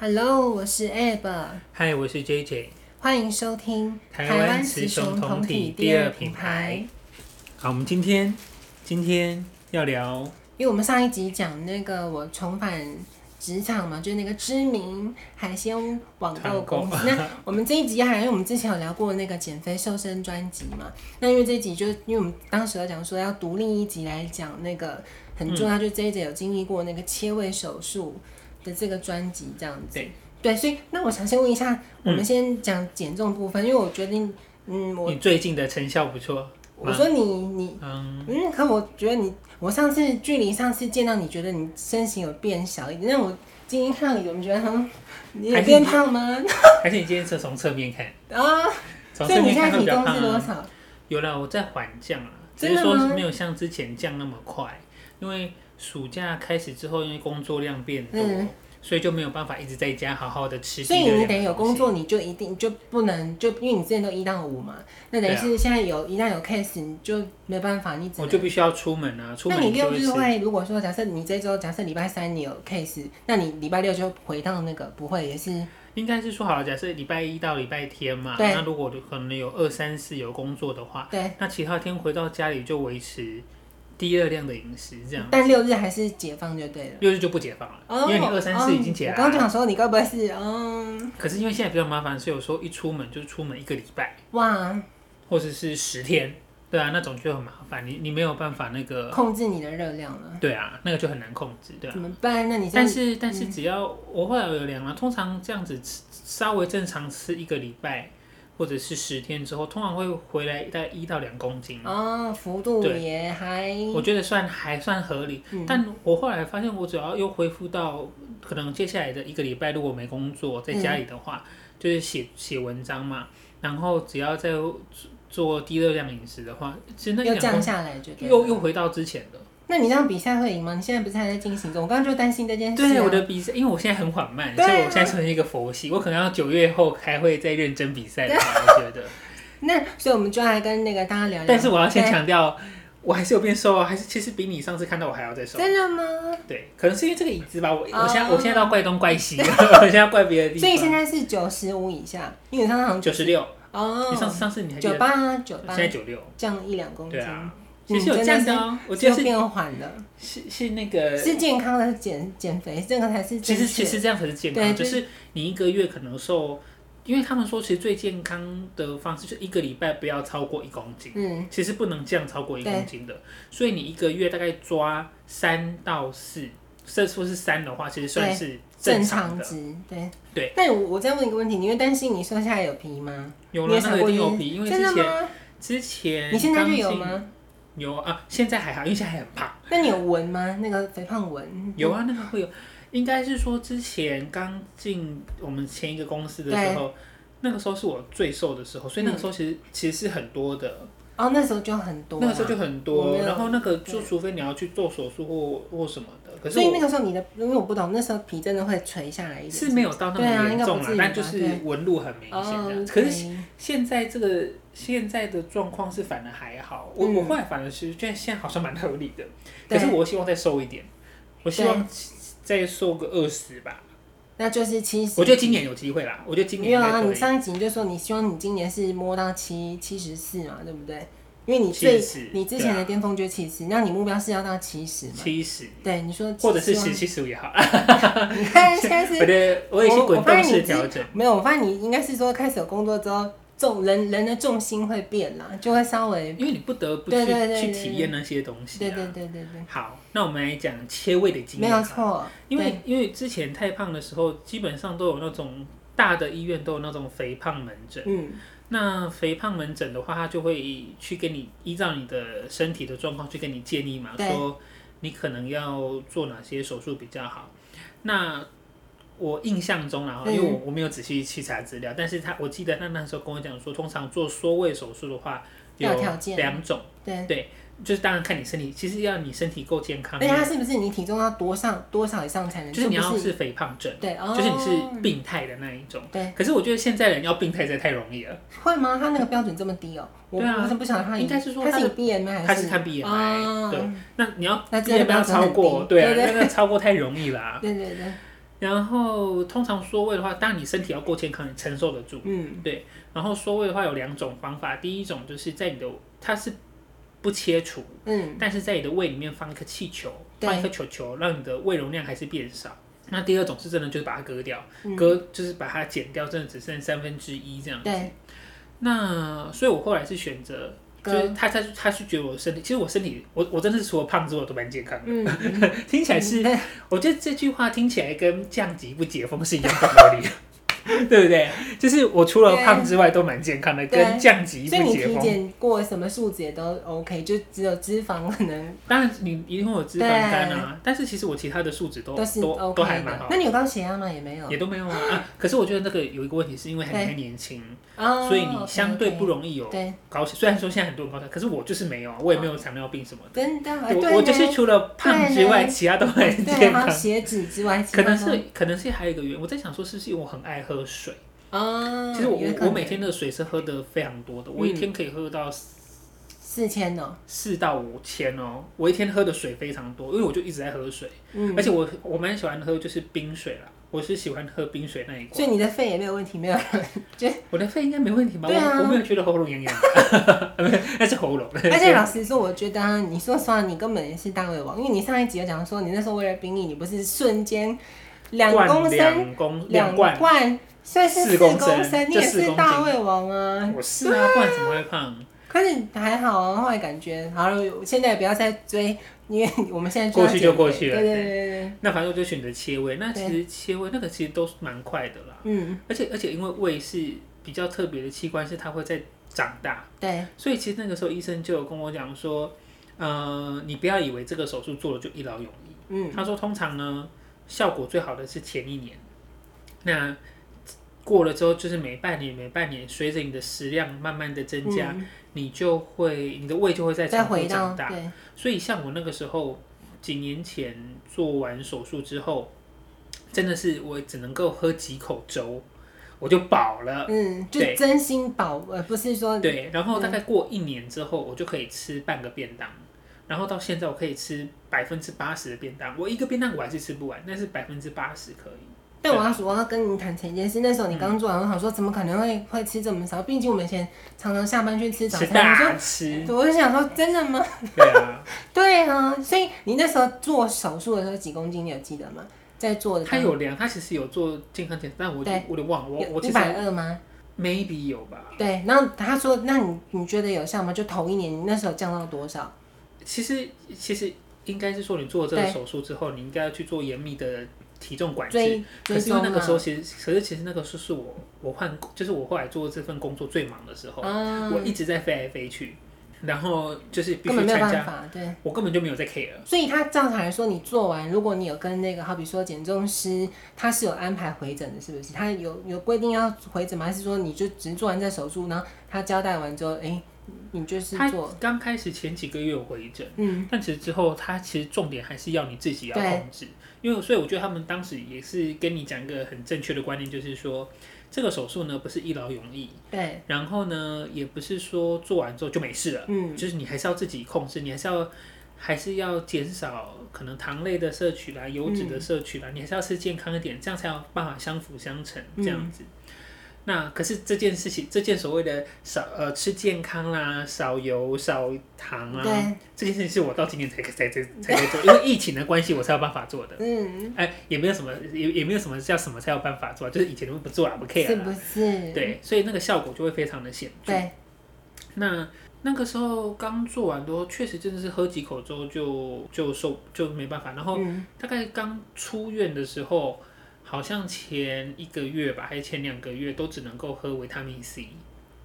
Hello，我是 Ab，嗨，我是 JJ。欢迎收听台湾雌雄同体第二品牌。好，我们今天今天要聊，因为我们上一集讲那个我重返职场嘛，就是那个知名海鲜网购公司。那我们这一集还因为我们之前有聊过那个减肥瘦身专辑嘛，那因为这一集就因为我们当时有讲说要独立一集来讲那个很重要，就这一集有经历过那个切胃手术的这个专辑这样子。对对，所以那我想先问一下，我们先讲减重部分，因为我决定，嗯，我你最近的成效不错。我说你你嗯，嗯，可我觉得你，我上次距离上次见到你，觉得你身形有变小一点，但我今天看到你，我们觉得 嗯，你有还是变胖吗？还是你今天是从侧面看？啊，从所以侧你面现在看会体比较重胖是多啊。少？有啦，我在缓降啊，只真的是说吗是没有像之前降那么快，因为暑假开始之后，因为工作量变多，嗯所以就没有办法一直在家好好的吃低所热以量的东西。你得有工作，你就一定就不能就因为你之前都一到五嘛，那等于对啊是现在有一旦有 case，你就没办法，你只我能就必须要出门啊，出那门你就六会日吃会，如果说假设你这周假设礼拜三你有 case，那你礼拜六就回到那个不会也是应该是说好了，假设礼拜一到礼拜天嘛，对那如果可能有二三四有工作的话，对，那其他天回到家里就维持低热量的饮食，这样但六日还是解放就嗯对了。六日就不解放了，因为你二三四已经哦解了我刚啊、刚想说，你该不会是嗯可是因为现在比较麻烦，所以有时候一出门就是出门一个礼拜，哇或者是十天，对啊，那种就很麻烦，你你没有办法那个，控制你的热量了？对啊，那个就很难控制，对啊怎。么办？那你现但在是但嗯是只要我后来有量了，通常这样子吃稍微正常吃一个礼拜或者是十天之后，通常会回来大概一到两公斤，哦，幅度对也还我觉得算还算合理。嗯但我后来发现，我只要又恢复到可能接下来的一个礼拜，如果没工作在嗯家里的话，就是写写文章嘛，然后只要在做做低热量饮食的话，其实那一又两降公斤下来，就对了又又回到之前的。那你这样比赛会赢吗？你现在不是还在进行中？我刚刚就担心这件事、啊。对，我的比赛，因为我现在很缓慢，对所啊以我现在呈现一个佛系，我可能要九月后还会再认真比赛吧，啊我觉得。 那所以我们就来跟那个大家聊聊。但是我要先哎对强调，我还是有变瘦啊，还是其实比你上次看到我还要再瘦。真的吗？对，可能是因为这个椅子吧，我哦我现在我现在到怪东怪 西，我现在怪别的地方。所以现在是九十五以下，因为你上次好像九十六，哦你上次上次你还记九得？八啊九八现，在九六，降一两公斤对，啊，嗯其实有降的哦。我记得就是变缓了，是是那个，是健康的减减肥，这个才是正其实确其的实这样才是健对康，就就是是你一个月可能瘦，因为他们说其实最健康的方式就是一个礼拜不要超过一公斤。嗯，其实不能降超过一对公斤的，所以你一个月大概抓三到四，这说是三的话，其实算对是正常常的。值，对对。但我我再问一个问题，你会担心你瘦下来有皮吗？有你了有那想个过定这有件皮，因为真之的前嗯吗？之前你现在就刚有进？吗？有啊，现在还好，因为现在还很胖。那你有纹吗？那个肥胖纹？有啊，那个会有，应该是说之前刚进我们前一个公司的时候，那个时候是我最瘦的时候，所以那个时候其实、其实是很多的，哦，那时候就很嗯多啊，那个时候就很我没多，有然后那个就除非你要去做手术或或什么的，可是所以那我。个时候你的，因为我不懂，那时候皮真的会垂下来一点，是没有到那对啊么应严该重不啦至于，吧但就是对纹路很明显这哦样。，可是现在这个现在的状况是反而还好，我、嗯我后来反而是觉得现在好像蛮合理的，对可是我希望再瘦一点，我希望再瘦个二十吧。那就是七十。我觉得今年有机会啦，我觉得今没年有应该啊，可你以。上一集你就说你希望你今年是摸到七七十四嘛，对不对？因为你最70你之前的巅峰就七十、那你目标是要到七十嘛？啊七十，对，你说或者是希望十七十五也好。你看 现在 我是的我也是滚动式我调我发现整你，没有，我发现你应该是说开始有工作之后，重人人的重心会变啦，就会稍微因为你不得不对去对对去对体验那些东西、对啊。对对对对，好，那我们来讲切胃的经没验。有，错，因对为因为之前太胖的时候，基本上都有那种大的医院都有那种肥胖门诊。嗯那肥胖门诊的话，他就会去跟你依照你的身体的状况去跟你建议嘛，对说你可能要做哪些手术比较好。那我印象中啦，嗯因为我我没有仔细去查资料，但是他我记得他那时候跟我讲说，通常做缩胃手术的话有要有条件两种，对。就是当然看你身体，其实要你身体够健康而，且它是不是你体重要多上多少以上才能？就是你要不是肥胖症，对，哦、就是你是病态的那一种。对，可是我觉得现在人要病态实在太容易了。会吗？他那个标准这么低哦、我对啊我真不晓得他应该是说他他是的以 BMI 还他是看 BMI，、哦对，那你要那 BMI 真的标要准很超低过，对啊，对对那个超过太容易啦、对对对，然后通常缩胃的话，当然你身体要够健康，你承受得住。嗯然后缩胃的话有两种方法，第一种就是在你的它是不切除，嗯但是在你的胃里面放一颗气球，对放一颗球球，让你的胃容量还是变少。那第二种是真的就是把它割掉，嗯割就是把它剪掉，真的只剩三分之一这样。对，那所以我后来是选择，就是割他他他是觉得我身体，其实我身体我我真的是除了胖之外我都蛮健康的。嗯， 听起来是嗯，我觉得这句话听起来跟降级不解封是一样的道理。 对不对？就是我除了胖之外都蛮健康的，对跟降级 所以不你解体封。检过什么数值也都 OK，就只有脂肪可能当然，你一定会有脂肪肝啊，但是其实我其他的数值都都是都都 OK 还蛮的好。那，你有高血压吗？也没有也都没有啊啊。可是我觉得那个有一个问题，是因为还还年轻，啊所以你相对不容易有对，高血。虽然说现在很多人高血压，可是我就是没有啊，我也没有糖尿病什么的。真的吗，哎对我我就是呢除了胖之对外，呢其他都很对，啊健还有康。血脂之外，其可他能都是可能是还有一个原因，我在想说是不是因为我很爱喝水。啊，其实我有可能嗯我我每天的水是喝的非常多的，我一天可以喝到四千哦，四到五千哦，我一天喝的水非常多，因为我就一直在喝水，嗯而，且我我蛮喜欢喝就是冰水啦，我是喜欢喝冰水那一所罐，以你的肺也没有问题，没有我的肺应该没问题吧？对啊我我没有觉得喉咙痒痒， 那是喉咙，而且老实说，我觉得、啊、你说实话，你根本也是大胃王，因为你上一集有讲说，你那时候为了兵役，你不是瞬间 两罐公升两公两两罐，罐，所以是四四公升升，你就也四是公大斤胃王啊。我是啊，不然怎么会胖？可是还好啊，后来感觉好了，现在也不要再追，因为我们现在过去就要减肥过去了对对对对，那反正我就选择切胃，那其对实切胃那个其实都是蛮快的啦，嗯，而且而且因为胃是比较特别的器官，是它会在长大。对，所以其实那个时候医生就有跟我讲说，呃，你不要以为这个手术做了就一劳永逸。嗯他说通常呢，效果最好的是前一年，那过了之后就是每半年每半年，随着你的食量慢慢的增加，嗯你就会你的胃就会再再重复回到长大。对，所以像我那个时候几年前做完手术之后，真的是我只能够喝几口粥，我就饱了。嗯，就呃对真心饱，呃，不是说对，然后大概过一年之后，我就可以吃半个便当，然后到现在我可以吃百分之八十的便当，我一个便当我还是吃不完，但是百分之八十可以。但我要说，我要跟你谈前一件事。那时候你刚嗯做完，我想说，怎么可能会会吃这么少？毕竟我们以前常常下班去吃早吃餐。大我吃，说，我嗯就想说，真的吗？对 啊，对啊，所以你那时候做手术的时候几公斤，你有记得吗？在做的他有量，他其实有做健康检查，但我就对我有点忘了，我我一其实百二吗？ maybe 有吧。对，然后他说，那你你觉得有效吗？就头一年，你那时候降到多少？其实其实应该是说你做了这个对手术之后，你应该要去做严密的体重管制。追可追是因踪为啊那个吗时候，其实可是其实那个是是我我换就是我后来做这份工作最忙的时候，啊我，一直在飞来飞去，然后就是必根须本没有参办加，法，对。我根本就没有在 care。所以他正常来说，你做完，如果你有跟那个好比说减重师，他是有安排回诊的，是不是？他有有规定要回诊吗？还是说你就只是做完这手术，然后他交代完之后，哎、你就是他做，刚开始前几个月有回诊，嗯，但其实之后他其实重点还是要你自己要对控制，因为所以我觉得他们当时也是跟你讲一个很正确的观念，就是说这个手术呢不是一劳永逸，对，然后呢也不是说做完之后就没事了，嗯，就是你还是要自己控制，你还是要还是要减少可能糖类的摄取啦、油脂的摄取啦，你还是要吃健康一点，这样才有办法相辅相成这样子。嗯那可是这件事情，这件所谓的少呃吃健康啦、少油、少糖啦，对，这件事情是我到今年才才才才在做，因为疫情的关系，我才有办法做的。嗯，哎，也没有什么，也也没有什么叫什么才有办法做，就是以前都不做啊，不 care 是啦不是？对，所以那个效果就会非常的显著。对，那那个时候刚做完之后，确实真的是喝几口之后就就受就没办法。然后嗯，大概刚出院的时候，好像前一个月吧，还是前两个月都只能够喝维他命 C。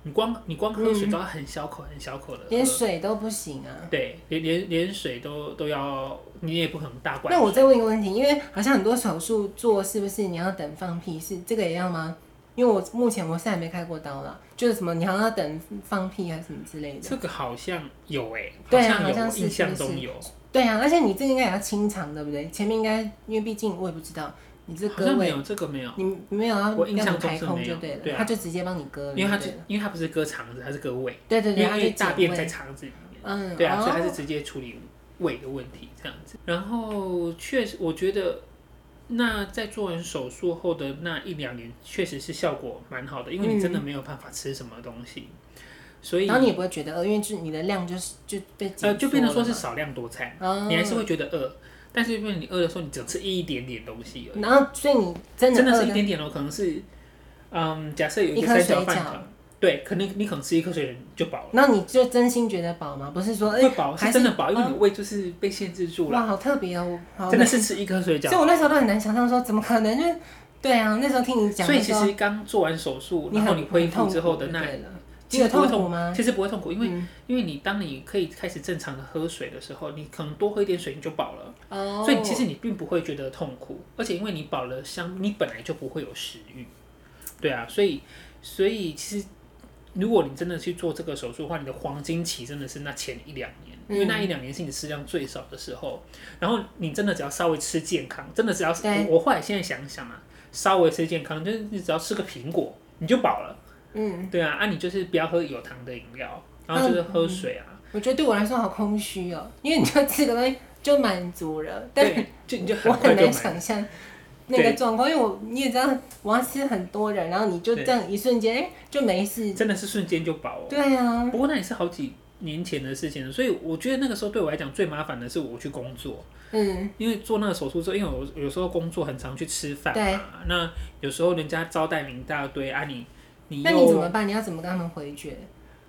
你光你光喝水都要很小口很小口的嗯连喝，水都不行啊。对，连连连水都都要，你也不可能大罐。那我再问一个问题，因为好像很多手术做是不是你要等放屁？是这个也要吗？因为我目前我是还没开过刀啦，就是什么你好像要等放屁还是什么之类的。这个好像有哎、对啊像有，好像我是印象是不是中有，对啊，而且你这个应该也要清肠，对不对？前面应该，因为毕竟我也不知道你这好割像没位，有这个没有，你没有要我印象让你中排是空没就有对了，对啊他就直接帮你割了，因为它对就了因为它不是割肠子，它是割胃。对对对，因为他因就为大便剪在胃肠子里面，嗯，对啊，所以它哦是直接处理胃的问题这样子。然后确实，我觉得那在做完手术后的那一两年，确实是效果蛮好的，因为你真的没有办法吃什么东西，所以嗯然后你也不会觉得哦饿，因为就是你的量就是就被紧缩呃就变成说了是嘛，少量多餐，哦你还是会觉得饿，但是因为你饿的时候，你只吃一点点东西而已，然后所以你真的真的饿是一点点哦，可能是嗯，假设有一颗个三水角饭饺团，对，可能你可能吃一颗水就饱了。然后你就真心觉得饱吗？不是说哎、会饱还是是真的饱，因为嗯你胃就是被限制住了，哇好特别哦，我好真的是吃一颗水所饺以。我那时候都很难想象说怎么可能就是对啊，那时候听你讲所的以其时候，实刚做完手术，你然后很你恢复之后的很那痛苦就对了，其你实有不会痛痛苦吗？其实不会痛苦，因为、嗯因为你当你可以开始正常的喝水的时候，你可能多喝一点水你就饱了，哦，所以其实你并不会觉得痛苦，而且因为你饱了相，你本来就不会有食欲，对啊，所以所以其实如果你真的去做这个手术的话，你的黄金期真的是那前一两年，嗯因为那一两年是你吃量最少的时候，然后你真的只要稍微吃健康，真的只要是对我我后来现在想想啊，稍微吃健康，就是你只要吃个苹果你就饱了，嗯，对啊，啊你就是不要喝有糖的饮料，然后就是喝水啊，我觉得对我来说好空虚哦，因为你就吃个东西就满足了，但对，就你就 很我快很就难满想象那个对状况，因为我你也知道，我要吃很多人，然后你就对这样一瞬间，哎、就没事。真的是瞬间就饱哦。对啊，不过那也是好几年前的事情了，所以我觉得那个时候对我来讲最麻烦的是我去工作，嗯，因为做那个手术之后，因为我有时候工作很常去吃饭嘛，那有时候人家招待你一大堆啊你，你那又你怎么办？你要怎么跟他们回绝？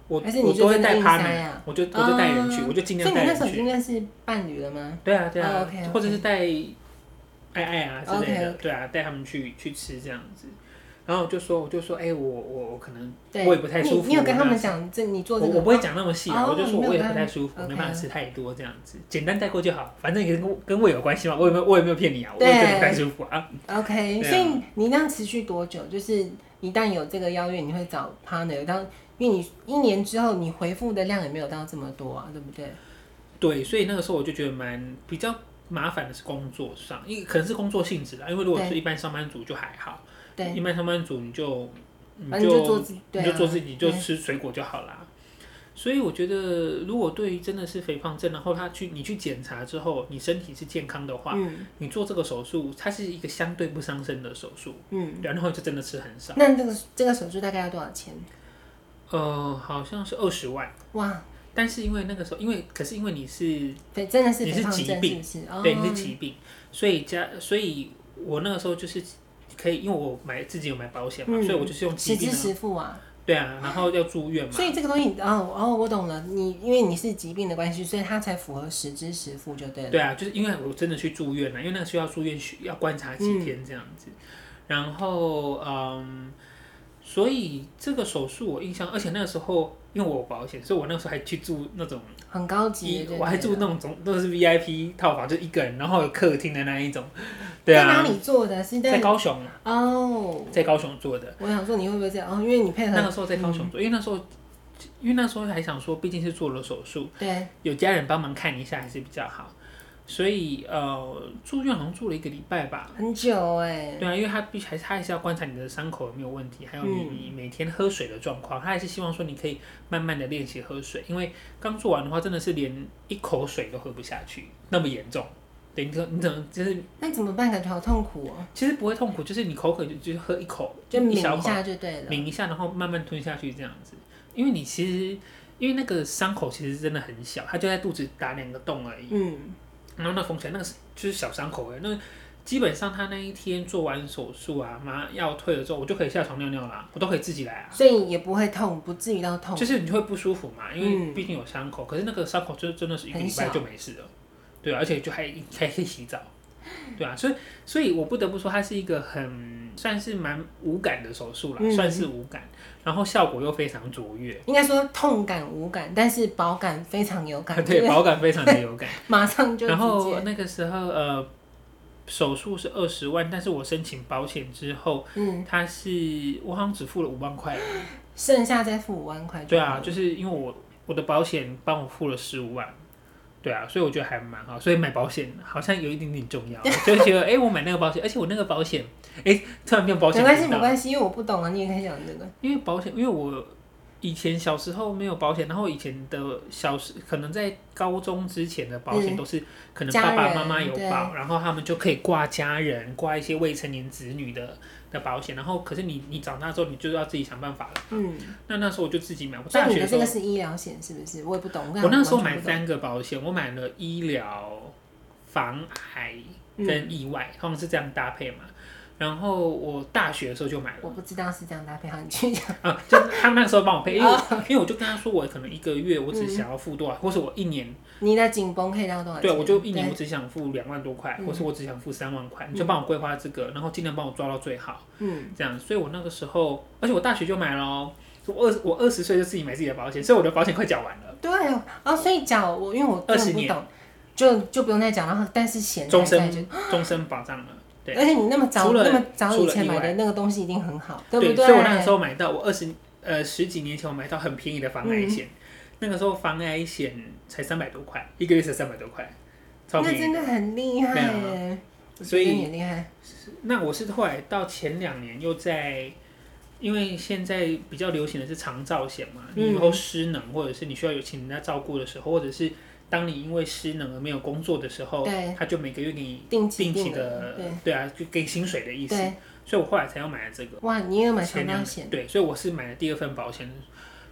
我还是你我就都会真的带硬塞啊 partner，我就我就带人去，啊我就尽所以量你带那时候已人经去，认识伴侣了吗？对啊对啊，哦，OK，OK 或者是带爱爱啊之类的 OK，OK 对啊，带他们去去吃这样子，然后我就说我就说哎、我我我可能对，我也不太舒服你你有跟他那们讲这你做我这个？我不会讲那么细啊，哦我就说你没有我也跟不他太舒服， OK 没办法吃太多这样子，简单带过就好，反正也跟我跟胃有关系嘛，我也没有我也没有骗你啊，我对也真的不太舒服啊。 OK，、对啊所以你那样持续多久？就是一旦有这个邀约，你会找 partner 当，因为你一年之后你回复的量也没有到这么多啊，对不对？对，所以那个时候我就觉得蛮比较麻烦的是工作上，因为可能是工作性质啦，因为如果是对一般上班族就还好，对，一般上班族你就你反正就做嗯就自己，对、你啊，就做自己，你就对吃水果就好啦。所以我觉得，如果对于真的是肥胖症，然后他去你去检查之后，你身体是健康的话，嗯你做这个手术，它是一个相对不伤身的手术。嗯。然后就真的吃很少，那这个这个手术大概要多少钱？呃，好像是二十万，哇，但是因为那个时候，因为可是因为你是、对，真的是你肥是胖疾症是病不是？哦、对你是疾病，所以加所以我那个时候就是可以，因为我买自己有买保险嘛，嗯所以我就是用疾实病支的，实付啊。对啊，然后要住院嘛所，以这个东西，哦哦，我懂了，你因为你是疾病的关系，所以它才符合实支实付就对了。对啊，就是因为我真的去住院了，啊因为那个需要住院需要观察几嗯天这样子，然后嗯，所以这个手术我印象，而且那个时候因为我有保险，所以我那时候还去住那种。很高级一的就对了。我还住那种总都是 VIP 套房，就一个人，然后有客厅的那一种。对在哪啊，里做的？是在在高雄，啊哦。在高雄做的。我想说你会不会这样？哦，因为你配合那个时候在高雄做，因为那时候，因为那时候还想说，毕竟是做了手术，对，有家人帮忙看一下还是比较好。所以呃，住院好像住了一个礼拜吧。很久哎、对啊，因为他必须还是他还是要观察你的伤口有没有问题，还有你嗯你每天喝水的状况，他还是希望说你可以慢慢的练习喝水，因为刚做完的话真的是连一口水都喝不下去，那么严重。对，你可你怎么就是那怎么办？感觉好痛苦哦、其实不会痛苦，就是你口渴就就喝一口，就抿一小一口，下就对了。抿一下，然后慢慢吞下去这样子。因为你其实因为那个伤口其实真的很小，它就在肚子打两个洞而已，嗯，然后那缝起来，那个是就是小伤口哎、那基本上他那一天做完手术啊，麻药退了之后，我就可以下床尿尿啦，我都可以自己来啊。所以也不会痛，不至于到痛。就是你就会不舒服嘛，因为哦嗯毕竟有伤口，可是那个伤口就真的是一个礼很拜小就没事了，对啊，而且就还还可以洗澡，对啊，所以所以我不得不说，它是一个很算是蛮无感的手术啦，嗯算是无感，然后效果又非常卓越，应该说痛感无感，但是饱感非常有感， 对，就是保感非常的有感。马上就直然后接，那个时候呃，手术是二十万，但是我申请保险之后，嗯，它是我好像只付了五万块而已，剩下再付五万块。对啊，，就是因为我我的保险帮我付了十五万，对啊，所以我觉得还蛮好，所以买保险好像有一点点重要，就觉得哎、诶我买那个保险，而且我那个保险，哎、突然变保没险关系，频没道，关系，因为我不懂啊，你也可以讲这个。因为保险，因为我以前小时候没有保险，然后以前的小时可能在高中之前的保险嗯都是可能家爸人爸妈妈有对保，然后他们就可以挂家人、挂一些未成年子女的的保险，然后可是你你长大之后你就要自己想办法了。嗯，那那时候我就自己买，我所以大你学的的这时个候是医疗险是不是？我也不懂，我那时候完全买不懂三个保险，我买了医疗、防癌嗯跟意外，好像是这样搭配嘛。然后我大学的时候就买了。我不知道是这样搭配，好，你去讲。啊，就是他们那时候帮我配，因为我、哦因为我就跟他说，我可能一个月我只想要付多少，或是我一年，你的紧绷可以嗯到多少钱？对啊我就一年我对只想付两万多块，嗯或是我只想付三万块，嗯你就帮我规划这个，然后尽量帮我抓到最好，嗯，这样。所以我那个时候，而且我大学就买了哦，我二我二十岁就自己买自己的保险，所以我的保险快缴完了，对哦，所以缴我因为我根本20不年懂，就就不用再讲了。然后但是险终还在就身终身保障了。对而且你那么早除了那么早以除了前意外买的那个东西一定很好，对不对，对？所以我那个时候买到，我二十呃十几年前我买到很便宜的防嗯癌险，那个时候防癌险才三百多块，一个月才三百多块，超那便宜的真的很厉害对啊耶，所以我觉得你很厉害。那我是后来到前两年又在，因为现在比较流行的是长照险嘛，嗯你以后失能或者是你需要有请人家照顾的时候，或者是当你因为失能而没有工作的时候对，他就每个月给你定期定期的的，对对啊，就给你薪水的意思。对，所以我后来才要买了这个。哇，你也有买前长两照年险，对，所以我是买了第二份保险，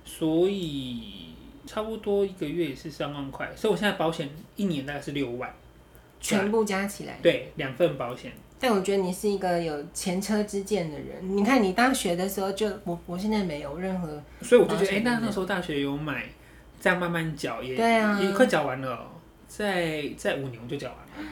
所以差不多一个月也是三万块，所以我现在保险一年大概是六万，全部加起来。对，两份保险，但我觉得你是一个有前车之鉴的人。你看，你大学的时候就我，我现在没有任何所以我就觉保得，哎、险那对那时候大学有买，这样慢慢缴也对啊也快缴完了哦，在在五年我就缴完了，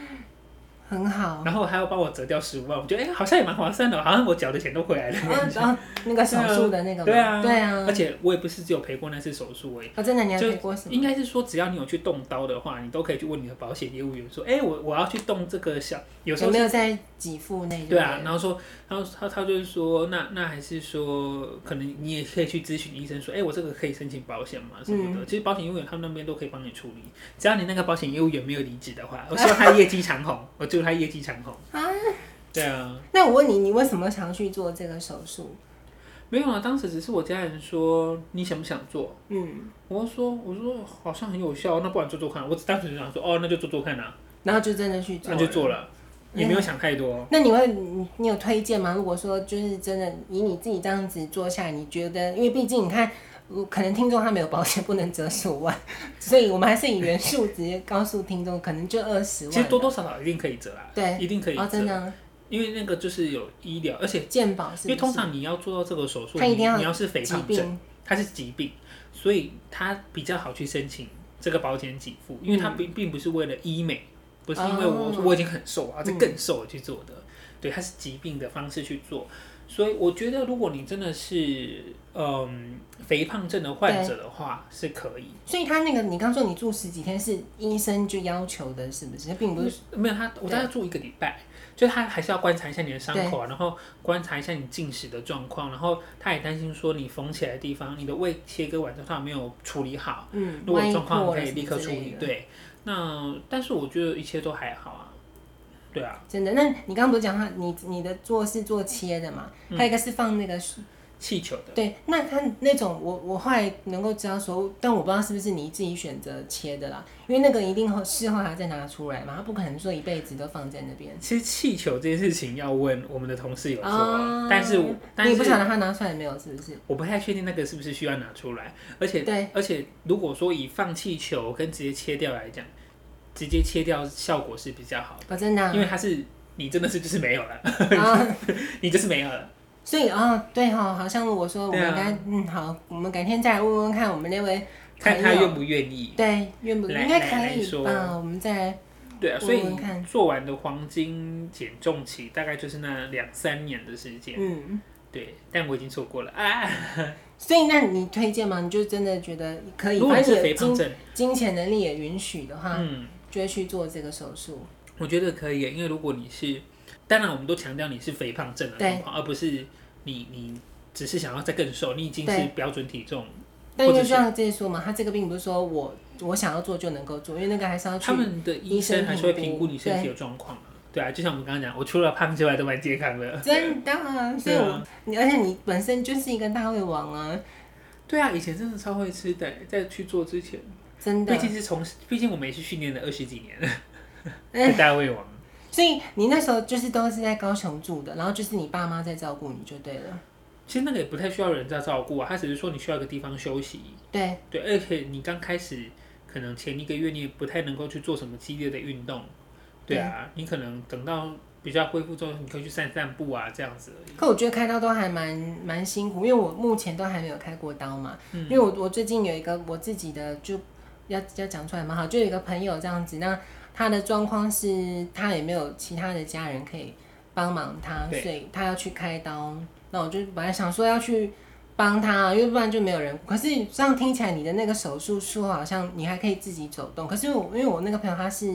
很好。然后还要帮我折掉十五万，我觉得哎、好像也蛮划算的哦，好像我缴的钱都回 来了。然后那个手术的那个嘛，对啊哦对啊而，且我也不是只有赔过那次手术而已，我真的你还就赔过什么？应该是说只要你有去动刀的话，你都可以去问你的保险业务员说，哎、我我要去动这个小，有时有候没有在给付内？对啊，然后说，然后他他就是说，那那还是说，可能你也可以去咨询医生说，哎、我这个可以申请保险吗？什么嗯的。其实保险业务员他们那边都可以帮你处理，只要你那个保险业务员没有离职的话，我希望他业绩长虹， 我祝他业绩长虹。啊，对啊，那我问你，你为什么想去做这个手术？没有啊，当时只是我家人说你想不想做，嗯，我说我说好像很有效，那不然做做看。我只当时就想说，哦，那就做做看啊，然后就真的去做，嗯那就做。了，也没有想太多。那你会，你你有推荐吗？如果说就是真的以你自己这样子做下来，你觉得，因为毕竟你看，呃可能听众他没有保险，不能折十五万， 所以我们还是以原数直接告诉听众，可能就二十万。其实多多少少一定可以折啊，对一定可以哦，真折，的啊因为那个就是有医疗，而且。健保是不是因为通常你要做到这个手术，他一定你要你要是肥疾胖症，病，它是疾病，所以它比较好去申请这个保险给付，因为它并并不是为了医美，不是因为我、嗯哦嗯我已经很瘦啊，这更瘦去做的，对，它是疾病的方式去做。所以我觉得，如果你真的是嗯肥胖症的患者的话，是可以。所以他那个你刚说你住十几天是医生就要求的，是不是？并不是没有他，我大概住一个礼拜，就是他还是要观察一下你的伤口啊，然后观察一下你进食的状况，然后他也担心说你缝起来的地方，你的胃切割完之后他有没有处理好，嗯，如果有万一状况破可了以什么立刻之处类理。的。对，那但是我觉得一切都还好啊，对啊，真的，那你刚刚不是讲他你你的做是做切的嘛？嗯还有一个是放那个气球的，对，那他那种我我后来能够知道说，但我不知道是不是你自己选择切的啦，因为那个一定后事后还要再拿出来嘛，他不可能说一辈子都放在那边。其实气球这件事情要问我们的同事有做啊，哦但是我但你是不晓得他拿出来没有，是不是？我不太确定那个是不是需要拿出来，而且对，而且如果说以放气球跟直接切掉来讲，直接切掉效果是比较好，哦，真的啊因为它是你真的是就是没有了，啊，你就是没有了，所以哦，对哈、哦，好像我说我们对啊应该、嗯好，我们改天再来问问看我们那位看他朋友愿不愿意。对愿不来应该来可来以说吧？我们再来对啊，我所以我看做完的黄金减重期大概就是那两三年的时间，嗯。对，但我已经错过了啊。所以，那你推荐吗？你就真的觉得可以，如果你反正啊你是肥的胖金症，金钱能力也允许的话，嗯，就会去做这个手术。我觉得可以，因为如果你是，当然我们都强调你是肥胖症的状况，而不是你你只是想要再更瘦，你已经是对标准体重。但或因者为是就像这些说嘛，他这个并不是说我我想要做就能够做，因为那个还是要去他。们的医生还是会评估你身体的状况啊。对啊，就像我们刚刚讲，我除了胖之外都蛮健康的。 真的啊，所以对我啊你而且你本身就是一个大胃王啊，对啊，以前真的超会吃的，在去做之前，真的毕。竟是从，毕竟我们也是训练了二十几年，在 大胃王。所以你那时候就是都是在高雄住的，然后就是你爸妈在照顾你就对了。其实那个也不太需要人家照顾啊，他只是说你需要一个地方休息。对，对，而且你刚开始可能前一个月你也不太能够去做什么激烈的运动，对啊，你可能等到比较恢复之后，你可以去散散步啊，这样子而已。可我觉得开刀都还蛮蛮辛苦，因为我目前都还没有开过刀嘛。嗯因为我我最近有一个我自己的就要要讲出来蛮好，就有一个朋友这样子，那他的状况是他也没有其他的家人可以帮忙他，对所以他要去开刀。那我就本来想说要去帮他，啊因为不然就没有人。可是这样听起来，你的那个手术术后好像你还可以自己走动。可是我因为我那个朋友他是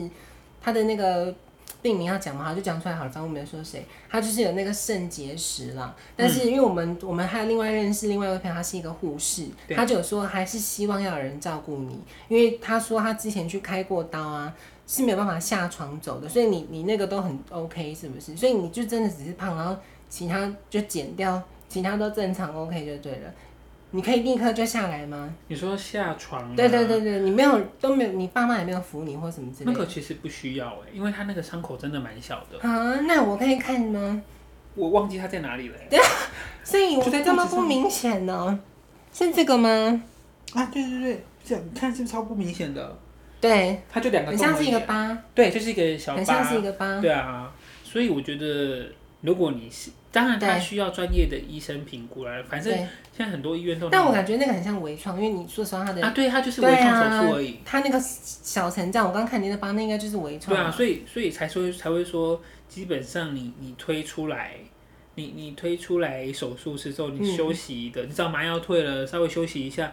他的那个病名要讲嘛，好就讲出来好了，反正我没有说谁。他就是有那个肾结石啦，但是因为我们、我们还有另外认识另外一位朋友，他是一个护士，对他就有说还是希望要有人照顾你，因为他说他之前去开过刀啊，是没有办法下床走的，所以你你那个都很 OK 是不是？所以你就真的只是胖，然后其他就减掉，其他都正常 OK 就对了。你可以立刻就下来吗？你说下床、啊，对对对对，你没有都没有，你爸妈也没有扶你或什么之类那的个其实不需要哎、因为他那个伤口真的蛮小的，啊？那我可以看吗？我忘记他在哪里了、欸。所以我的这么不明显呢？是这个吗？啊，对对对，这样你看是不是超不明显的？对，它就两个很洞像而是已一个欸疤，对，就是一个小疤，很像是一个疤。对啊，所以我觉得，如果你是，当然他对需要专业的医生评估啦。反正对，现在很多医院都但我能感觉那个很像微创，因为你说实话，它啊，的对，他就是对微创啊手术而已。它那个小成这样，我刚看你的疤，那应该就是微对创。啊，所以所以才说才会说，基本上你你推出来，你你推出来手术室之后，你嗯休息的，你知道麻药退了，稍微休息一下，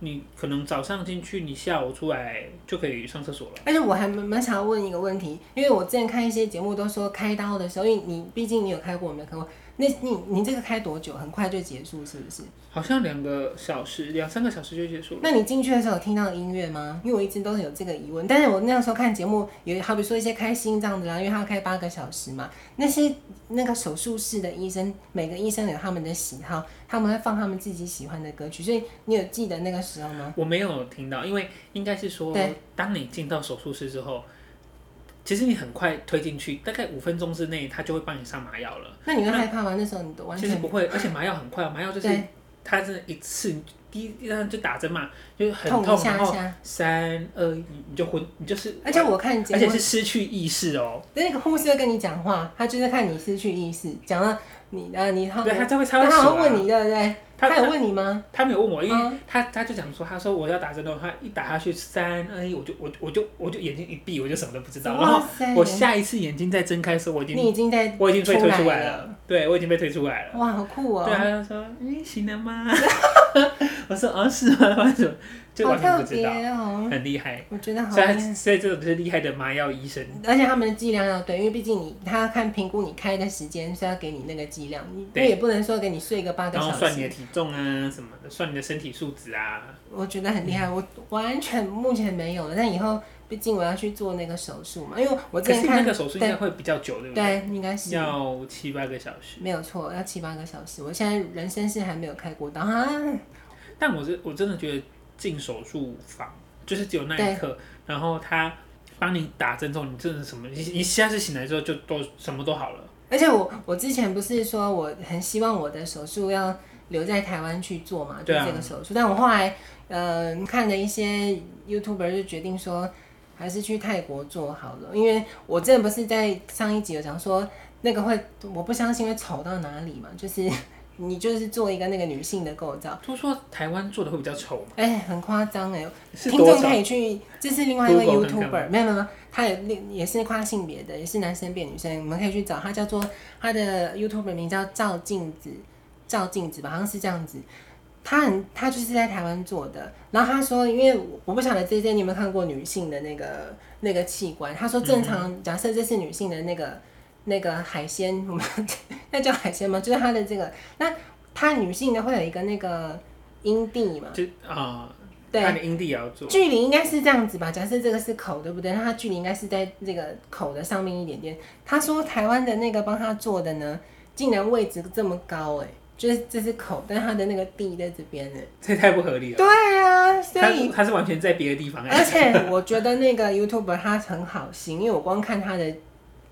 你可能早上进去，你下午出来就可以上厕所了。而且我还蛮蛮想要问一个问题，因为我之前看一些节目都说开刀的时候，因为你毕竟你有开过，我没有开过，那你你这个开多久？很快就结束是不是？好像两个小时，两三个小时就结束了。那你进去的时候有听到音乐吗？因为我一直都有这个疑问，但是我那个时候看节目，有好比说一些开心脏的啦，因为他要开八个小时嘛，那些那个手术室的医生，每个医生有他们的喜好，他们会放他们自己喜欢的歌曲，所以你有记得那个时候吗？我没有听到，因为应该是说对，当你进到手术室之后，其实你很快推进去，大概五分钟之内，他就会帮你上麻药了。那你会害怕吗？那时候你都完其实全不会，而且麻药很快，哦麻药就是对它真的一次第一让就打针嘛，就是很痛痛，一下然一后下，三二一你就昏，你就是，而且我看节而且目是，失去意识哦。那个护士会跟你讲话，他就是看你失去意识，讲到你啊，你好，对，他才会才他会好像醒啊问你对不对？他他有问你吗？他没有问我，因为嗯他他就讲说，他说我要打针的话，他一打下去三二一，我就我我就我就眼睛一闭，我就什么都不知道。然后哇塞 我下一次眼睛再睁开的时候，我已经你已经在我已经被推出出来来了，对我已经被推出来了。哇，好酷哦！对啊，他就说：“嗯，醒了吗？” 我说：“哦，是吗？” 完全就好完全特不知别道，哦，很厉害。我觉得好所以他厉害。所以这种就是厉害的麻药医生。而且他们的剂量要对，因为毕竟你他要看评估你开的时间，所以要给你那个剂量，你对因为也不能说给你睡个八个然后小算你的时。体重啊什么的，算你的身体素质啊。我觉得很厉害，我完全目前没有了，但以后毕竟我要去做那个手术嘛，因为我之可前是那看个手术应该会比较久，对不对？对应该是要七八个小时。没有错，要七八个小时。我现在人生是还没有开过刀啊，但我真我真的觉得进手术房就是只有那一刻，然后他帮你打针之后，你真的什么，你你下次醒来之后就都什么都好了。而且我我之前不是说我很希望我的手术要留在台湾去做嘛，就对啊这个手术。但我后来呃看了一些 YouTuber 就决定说，还是去泰国做好了，因为我之前不是在上一集有讲说那个会，我不相信会丑到哪里嘛，就是 你就是做一个那个女性的构造。都说台湾做的会比较丑，哎、很夸张哎！是听多众少可？以去，这是另外一位 Google 看看 YouTuber，没有没有，没有他也另也是跨性别的，也是男生变女生，我们可以去找他，叫做他的 YouTuber 名叫照镜子，照镜子吧，好像是这样子。他很，他就是在台湾做的。然后他说，因为我我不晓得 J J 你有没有看过女性的那个那个器官，他说正常、嗯假设这是女性的那个那个海鲜，我们 那叫海鲜吗？就是它的这个，那它女性的会有一个那个阴蒂嘛，就啊，对，他的阴蒂也要做，距离应该是这样子吧？假设这个是口，对不对？那它距离应该是在这个口的上面一点点。他说台湾的那个帮他做的呢，竟然位置这么高、欸，哎，就是这是口，但它的那个地在这边呢。这太不合理了。对啊，所他以呃他是完全在别的地方 哎、而且我觉得那个 YouTuber 他很好心，因为我光看他的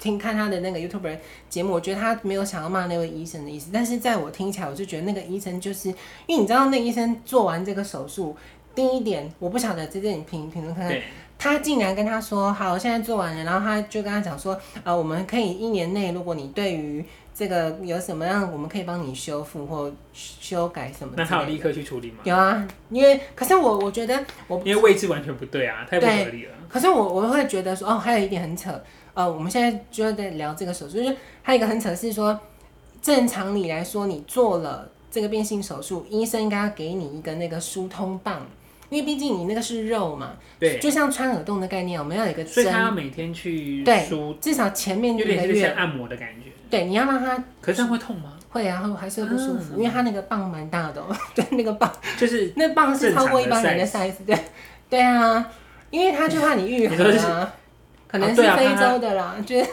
听看他的那个 YouTuber 节目，我觉得他没有想要骂那位医生的意思，但是在我听起来，我就觉得那个医生就是因为你知道那医生做完这个手术，第一点我不晓得这件你评评论看看。对，他竟然跟他说好，现在做完了，然后他就跟他讲说，呃，我们可以一年内，如果你对于这个有什么样，我们可以帮你修复或修改什么之类那的。他有立刻去处理吗？有啊，因为可是我我觉得我因为位置完全不对啊，太不合理了。可是我我会觉得说，哦，还有一点很扯，呃，我们现在就在聊这个手术，就是还有一个很扯是说，正常理来说，你做了这个变性手术，医生应该要给你一个那个疏通棒，因为毕竟你那个是肉嘛，对，就像穿耳洞的概念，我们要有一个所以他针，要每天去对梳，至少前面一有个点像月，按摩的感觉。对，你要让它可是这样会痛吗？会啊，会还是会不舒服，嗯因为它那个棒蛮大的、哦， 对，那个棒，就是那棒是超过一正般常的 人的 size，对，对啊，因为他就怕你愈你说合是啊， 可能啊是对啊非怕它洲的啦，就是。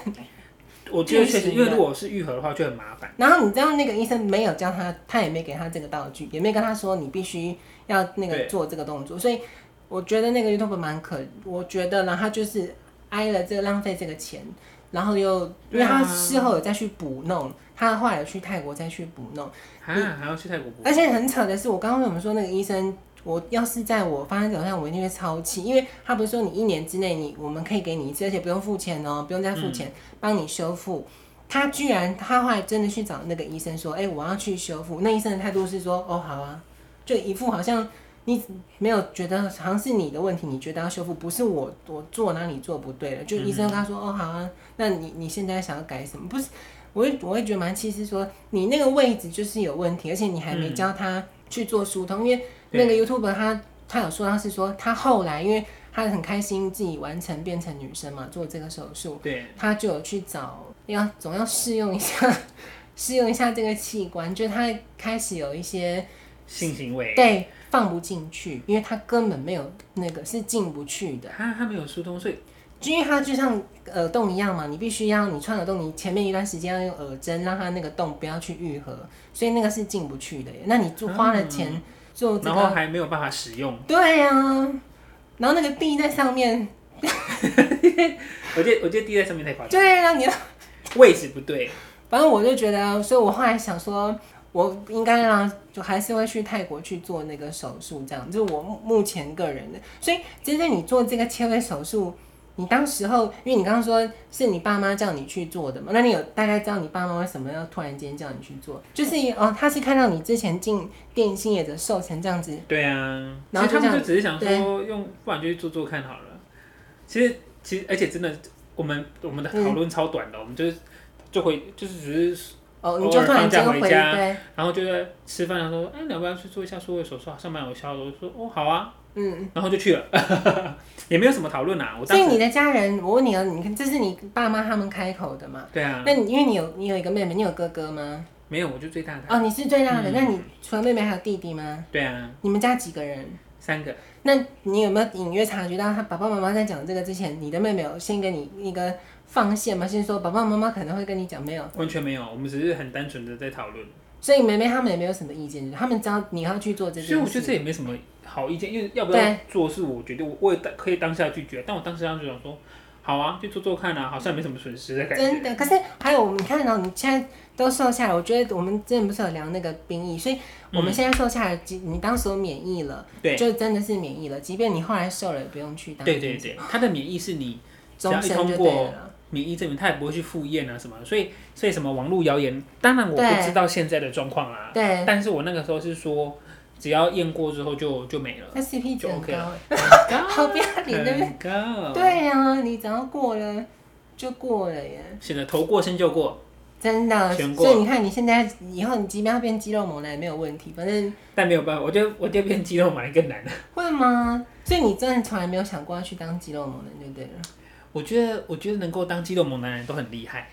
我觉得巨确实，型因为的如果是愈合的话就很麻烦。然后你知道那个医生没有教他，他也没给他这个道具，也没跟他说你必须要那个对做这个动作，所以我觉得那个 YouTube 蛮可，我觉得呢，他就是挨了这个浪费这个钱，然后又因对为啊他事后有再去补弄，他后来有去泰国再去补弄，啊，还要去泰国补嗯而且很扯的是，我刚刚为什么说那个医生？我要是在我发生这种事，我一定会超气，因为他不是说你一年之内你我们可以给你一次，而且不用付钱哦，不用再付钱，帮你修复。他居然他后来真的去找那个医生说，哎、我要去修复。那医生的态度是说，哦，好啊，就一副好像你没有觉得好像是你的问题，你觉得要修复，不是我我做哪里做不对了，就医生跟他说，哦，好啊，那你你现在想要改什么？不是，我会我会觉得蛮气，是说你那个位置就是有问题，而且你还没教他去做疏通，因为那个 YouTuber 他他有说他是说他后来因为他很开心自己完成变成女生嘛，做这个手术，对，他就有去找，要总要试用一下， 试用一下这个器官，就他开始有一些性行为。对放不进去，因为他根本没有那个是进不去的，他他没有疏通，所以就因为它就像耳洞一样嘛，你必须要你穿耳洞，你前面一段时间要用耳针让它那个洞不要去愈合，所以那个是进不去的耶。那你就花了钱做这然后个，还没有办法使用。对呀、然后那个地在上面，我觉得我觉得滴在上面太夸张，对呀、你要位置不对。反正我就觉得，所以我后来想说，我应该让就还是会去泰国去做那个手术，这样就是我目目前个人的。所以真正你做这个切胃手术，你当时候，因为你刚刚说是你爸妈叫你去做的嘛，那你有大概知道你爸妈为什么要突然间叫你去做？就是哦，他是看到你之前进电信业者瘦成这样子，对啊，其然后实就他这样们就只是想说用，不然就去做做看好了。其实其实而且真的，我们我们的嗯讨论超短的，我们就是就回就是只是，哦，你就突然间回偶尔放假对，然后就在吃饭的时候，哎，你要不要去做一下缩胃手术啊？上班有效的，我就说哦好啊，嗯。然后就去了， 也没有什么讨论啊。我所当以时你的家人，我问你啊，你看这是你爸妈他们开口的嘛？对啊，那你因为你有你有一个妹妹，你有哥哥吗？没有，我就最大的。哦，你是最大的，嗯那你除了妹妹还有弟弟吗？对啊，你们家几个人？三个那你有没有隐约察觉到他爸爸妈妈在讲这个之前，你的妹妹有先跟你一个放线吗？先说爸爸妈妈可能会跟你讲没有，完全没有，我们只是很单纯的在讨论。所以妹妹他们也没有什么意见，他们知道你要去做这件事。所以我觉得这也没什么好意见，因为要不要对做是我决定，我我也当可以当下拒绝，但我当时当时想说，好啊，就做做看啊，好像没什么损失的感真觉。的，可是还有我们看到你现在都瘦下来，我觉得我们之前不是有聊那个兵役，所以我们现在瘦下来，即你当时有免疫了，嗯对就真的是免疫了。即便你后来瘦了，也不用去当对兵，对对，他的免疫是你只要终一身通就对过了。免疫证明，他也不会去赴宴啊什么的，所以所以什么网络谣言，当然我不对知道现在的状况啦，对，但是我那个时候是说，只要验过之后就就没了。那 CP 值就很 OK 高 了， 嗯好不要脸对不对？很高，对呀、啊，你只要过了就过了耶，现在头过身就过，真的。全过所以你看，你现在以后你即便要变肌肉猛男也没有问题，反正但没有办法，我觉得我觉得变肌肉蛮更难。会吗？所以你真的从来没有想过要去当肌肉猛男，就对了。我觉得，我觉得能够当肌肉猛男的人都很厉害，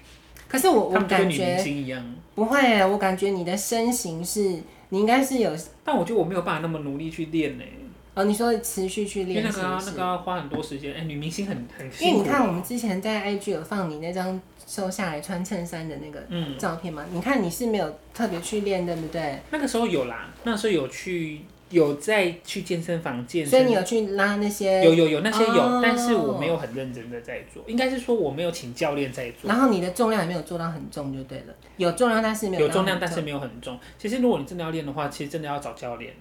可是我他我们就跟感女明觉星一样。不会啊耶，我感觉你的身形是，你应该是有但我觉得我没有办法那么努力去练呢、欸哦，你说持续去因为练那习个要是那个啊要花很多时间。哎、女明星很很因为辛你苦。看，我们之前在 IG 有放你那张瘦下来穿衬衫的那个嗯，照片嘛，你看你是没有特别去练，对不对？那个时候有啦，那时候有去有在去健身房健所以身你有去拉那些，有有有那些有，哦但是我没有很认真的在做，应该是说我没有请教练在做，然后你的重量也没有做到很重就对了，有重量但是没有有到重量很但是没有很重。其实如果你真的要练的话，其实真的要找教练，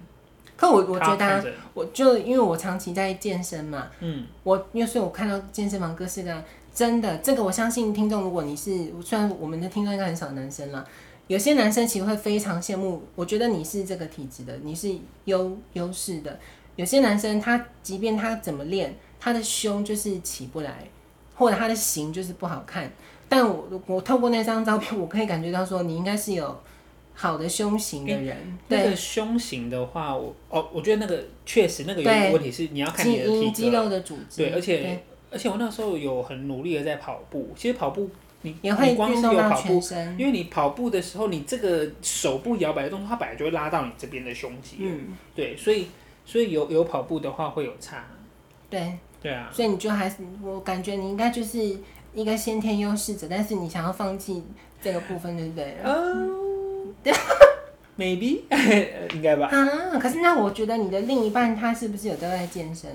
可我我他觉得看啊、着，我就因为我长期在健身嘛，嗯，我因为所以我看到健身房各式各样，真的这个我相信听众，如果你是虽然我们的听众应该很少男生啦，有些男生其实会非常羡慕，我觉得你是这个体质的，你是优优势的。有些男生他即便他怎么练，他的胸就是起不来，或者他的型就是不好看。但我我透过那张照片，我可以感觉到说你应该是有好的胸型的人，那对个胸型的话，我哦，我觉得那个确实那个有对问题是你要看基你的体因肌格，肉的组织，对，而且而且我那时候有很努力的在跑步，其实跑步你也会你光运是动有到跑步全。身，因为你跑步的时候，你这个手部摇摆的动作，它本来就会拉到你这边的胸肌，嗯。对，所以所以有有跑步的话会有差，对，对啊，所以你就还是，我感觉你应该就是一个先天优势者，但是你想要放弃这个部分，对不对？哦、m a y b e 应该吧。啊，可是那我觉得你的另一半他是不是有都在健身？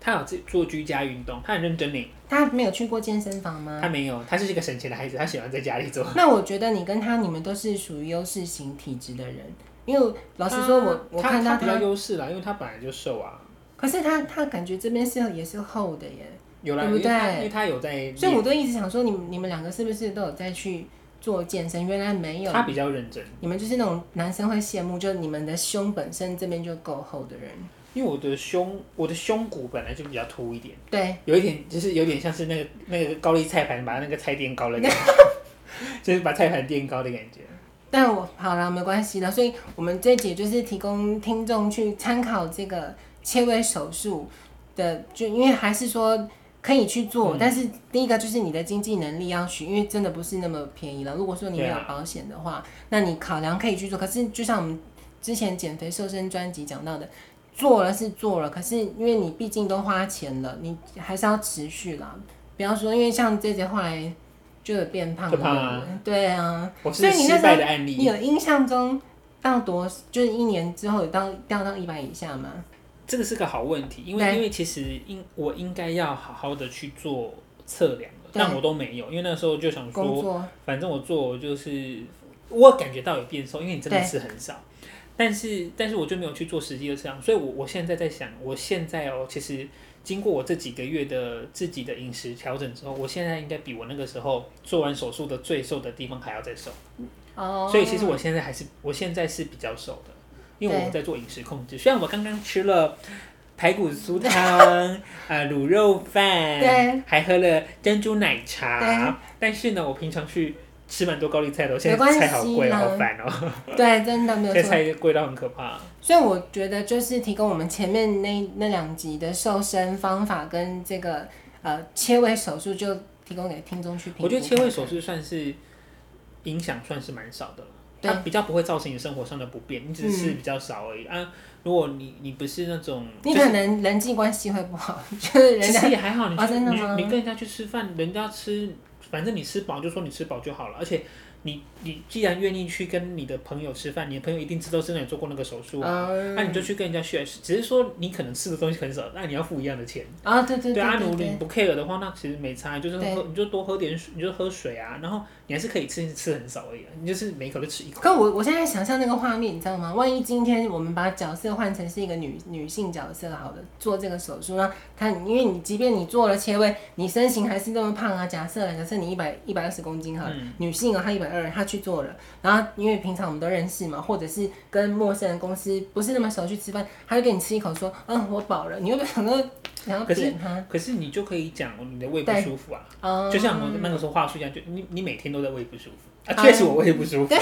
他有自做居家运动，他很认真呢。他没有去过健身房吗他？没有，他是一个省钱的孩子，他喜欢在家里做。那我觉得你跟他你们都是属于优势型体质的人，因为老实说我，他我他看到啊他比较他，优势啦，因为他本来就瘦啊，可是他他感觉这边是也是厚的耶，有啦，对因不为他对因为他有在，所以我都一直想说你们你们两个是不是都有在去做健身？原来没有，他比较认真。你们就是那种男生会羡慕，就是你们的胸本身这边就够厚的人。因为我的胸，我的胸骨本来就比较凸一点，对，有一点就是有点像是那个那个高丽菜盘把那个菜垫高 的感觉，就是把菜盘垫高的感觉。但我好了，没关系了。所以我们这节就是提供听众去参考这个切胃手术的，就因为还是说可以去做，嗯但是第一个就是你的经济能力要许，因为真的不是那么便宜了。如果说你没有对啊保险的话，那你考量可以去做。可是就像我们之前减肥瘦身专辑讲到的。做了是做了，可是因为你毕竟都花钱了，你还是要持续啦。不要说，因为像这节后来就有变胖就胖了啊，对啊，我所是以你那时候失败的案你例。有印象中到多就是一年之后有到掉到一百以下吗？这个是个好问题，因为对因为其实应我应该要好好的去做测量了，对但我都没有，因为那时候就想工说，作反正我做就是我感觉到有变瘦，因为你真的对吃很少，但是但是我就没有去做实际的测量，所以我我现在在想，我现在哦，其实经过我这几个月的自己的饮食调整之后，我现在应该比我那个时候做完手术的最瘦的地方还要再瘦，哦，所以其实我现在还是我现在是比较瘦的，因为对我在做饮食控制。虽然我刚刚吃了排骨 酥汤、呃卤肉对饭，还喝了珍珠奶对茶，但是呢，我平常去吃蛮多高丽菜的，我现没关在系菜好贵，啦好烦哦、对真的没现有在错。菜贵到很可怕。所以我觉得就是提供我们前面那那两集的瘦身方法跟这个呃切胃手术，就提供给听众去评估。我觉得切胃手术算是影响算是蛮少的了。对嗯它比较不会造成你生活上的不便，你只是吃比较少而已、啊。如果你你不是那种，你就是可能人际关系会不好，就是人其家实也还好，你去、啊真的你吗你跟人家去吃饭，人家吃，反正你吃饱就说你吃饱就好了。而且你你既然愿意去跟你的朋友吃饭，你的朋友一定知道真的有做过那个手术啊，嗯那、你就去跟人家 share，只是说你可能吃的东西很少，那你要付一样的钱。啊对对对啊，如对果你对，不 care 的话，那其实没差，就是对喝你就多喝点水，你就喝水啊，然后你还是可以吃吃很少而已啊、你就是每一口就吃一口。可我我现在想象那个画面，你知道吗？万一今天我们把角色换成是一个女女性角色，好了，做这个手术，那她因为你即便你做了切胃，你身形还是这么胖啊。假设啦假设你一百一百二十公斤好了，嗯女性啊她一百二，她去做了，然后因为平常我们都认识嘛，或者是跟陌生人公司不是那么熟去吃饭，她就给你吃一口说，嗯，我饱了，你会不会想说 想要可是扁她？可是你就可以讲你的胃不对舒服啊，哦就像我那个时候话术一样，就你你每天都在胃不舒服啊，啊确实我胃不舒服。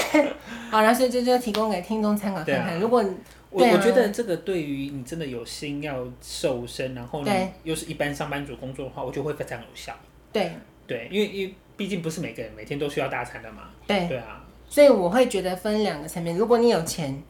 好了，所以这就提供给听众参考看看。对啊如果我、对啊我觉得这个对于你真的有心要瘦身，然后对你又是一般上班族工作的话，我觉得会非常有效。对对，因为因为毕竟不是每个人每天都需要大餐的嘛。对。对啊，所以我会觉得分两个层面，如果你有钱，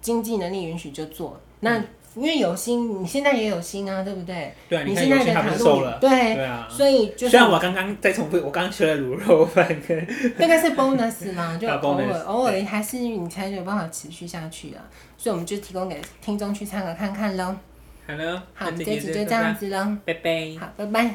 经济能力允许就做，那因为有心，你现在也有心啊，对不对？对啊，你你看现有在些的他不卡是路瘦里了，对，对啊。所以就虽是然我刚刚再重复，我刚刚学了卤肉饭 跟那个是 bonus 啦，就 啊偶尔 bonus，偶尔还是你才有办法持续下去啊。所以我们就提供给听众去参考看看喽。好了，好，我那们这一集集就这样子喽。拜拜。好，拜拜。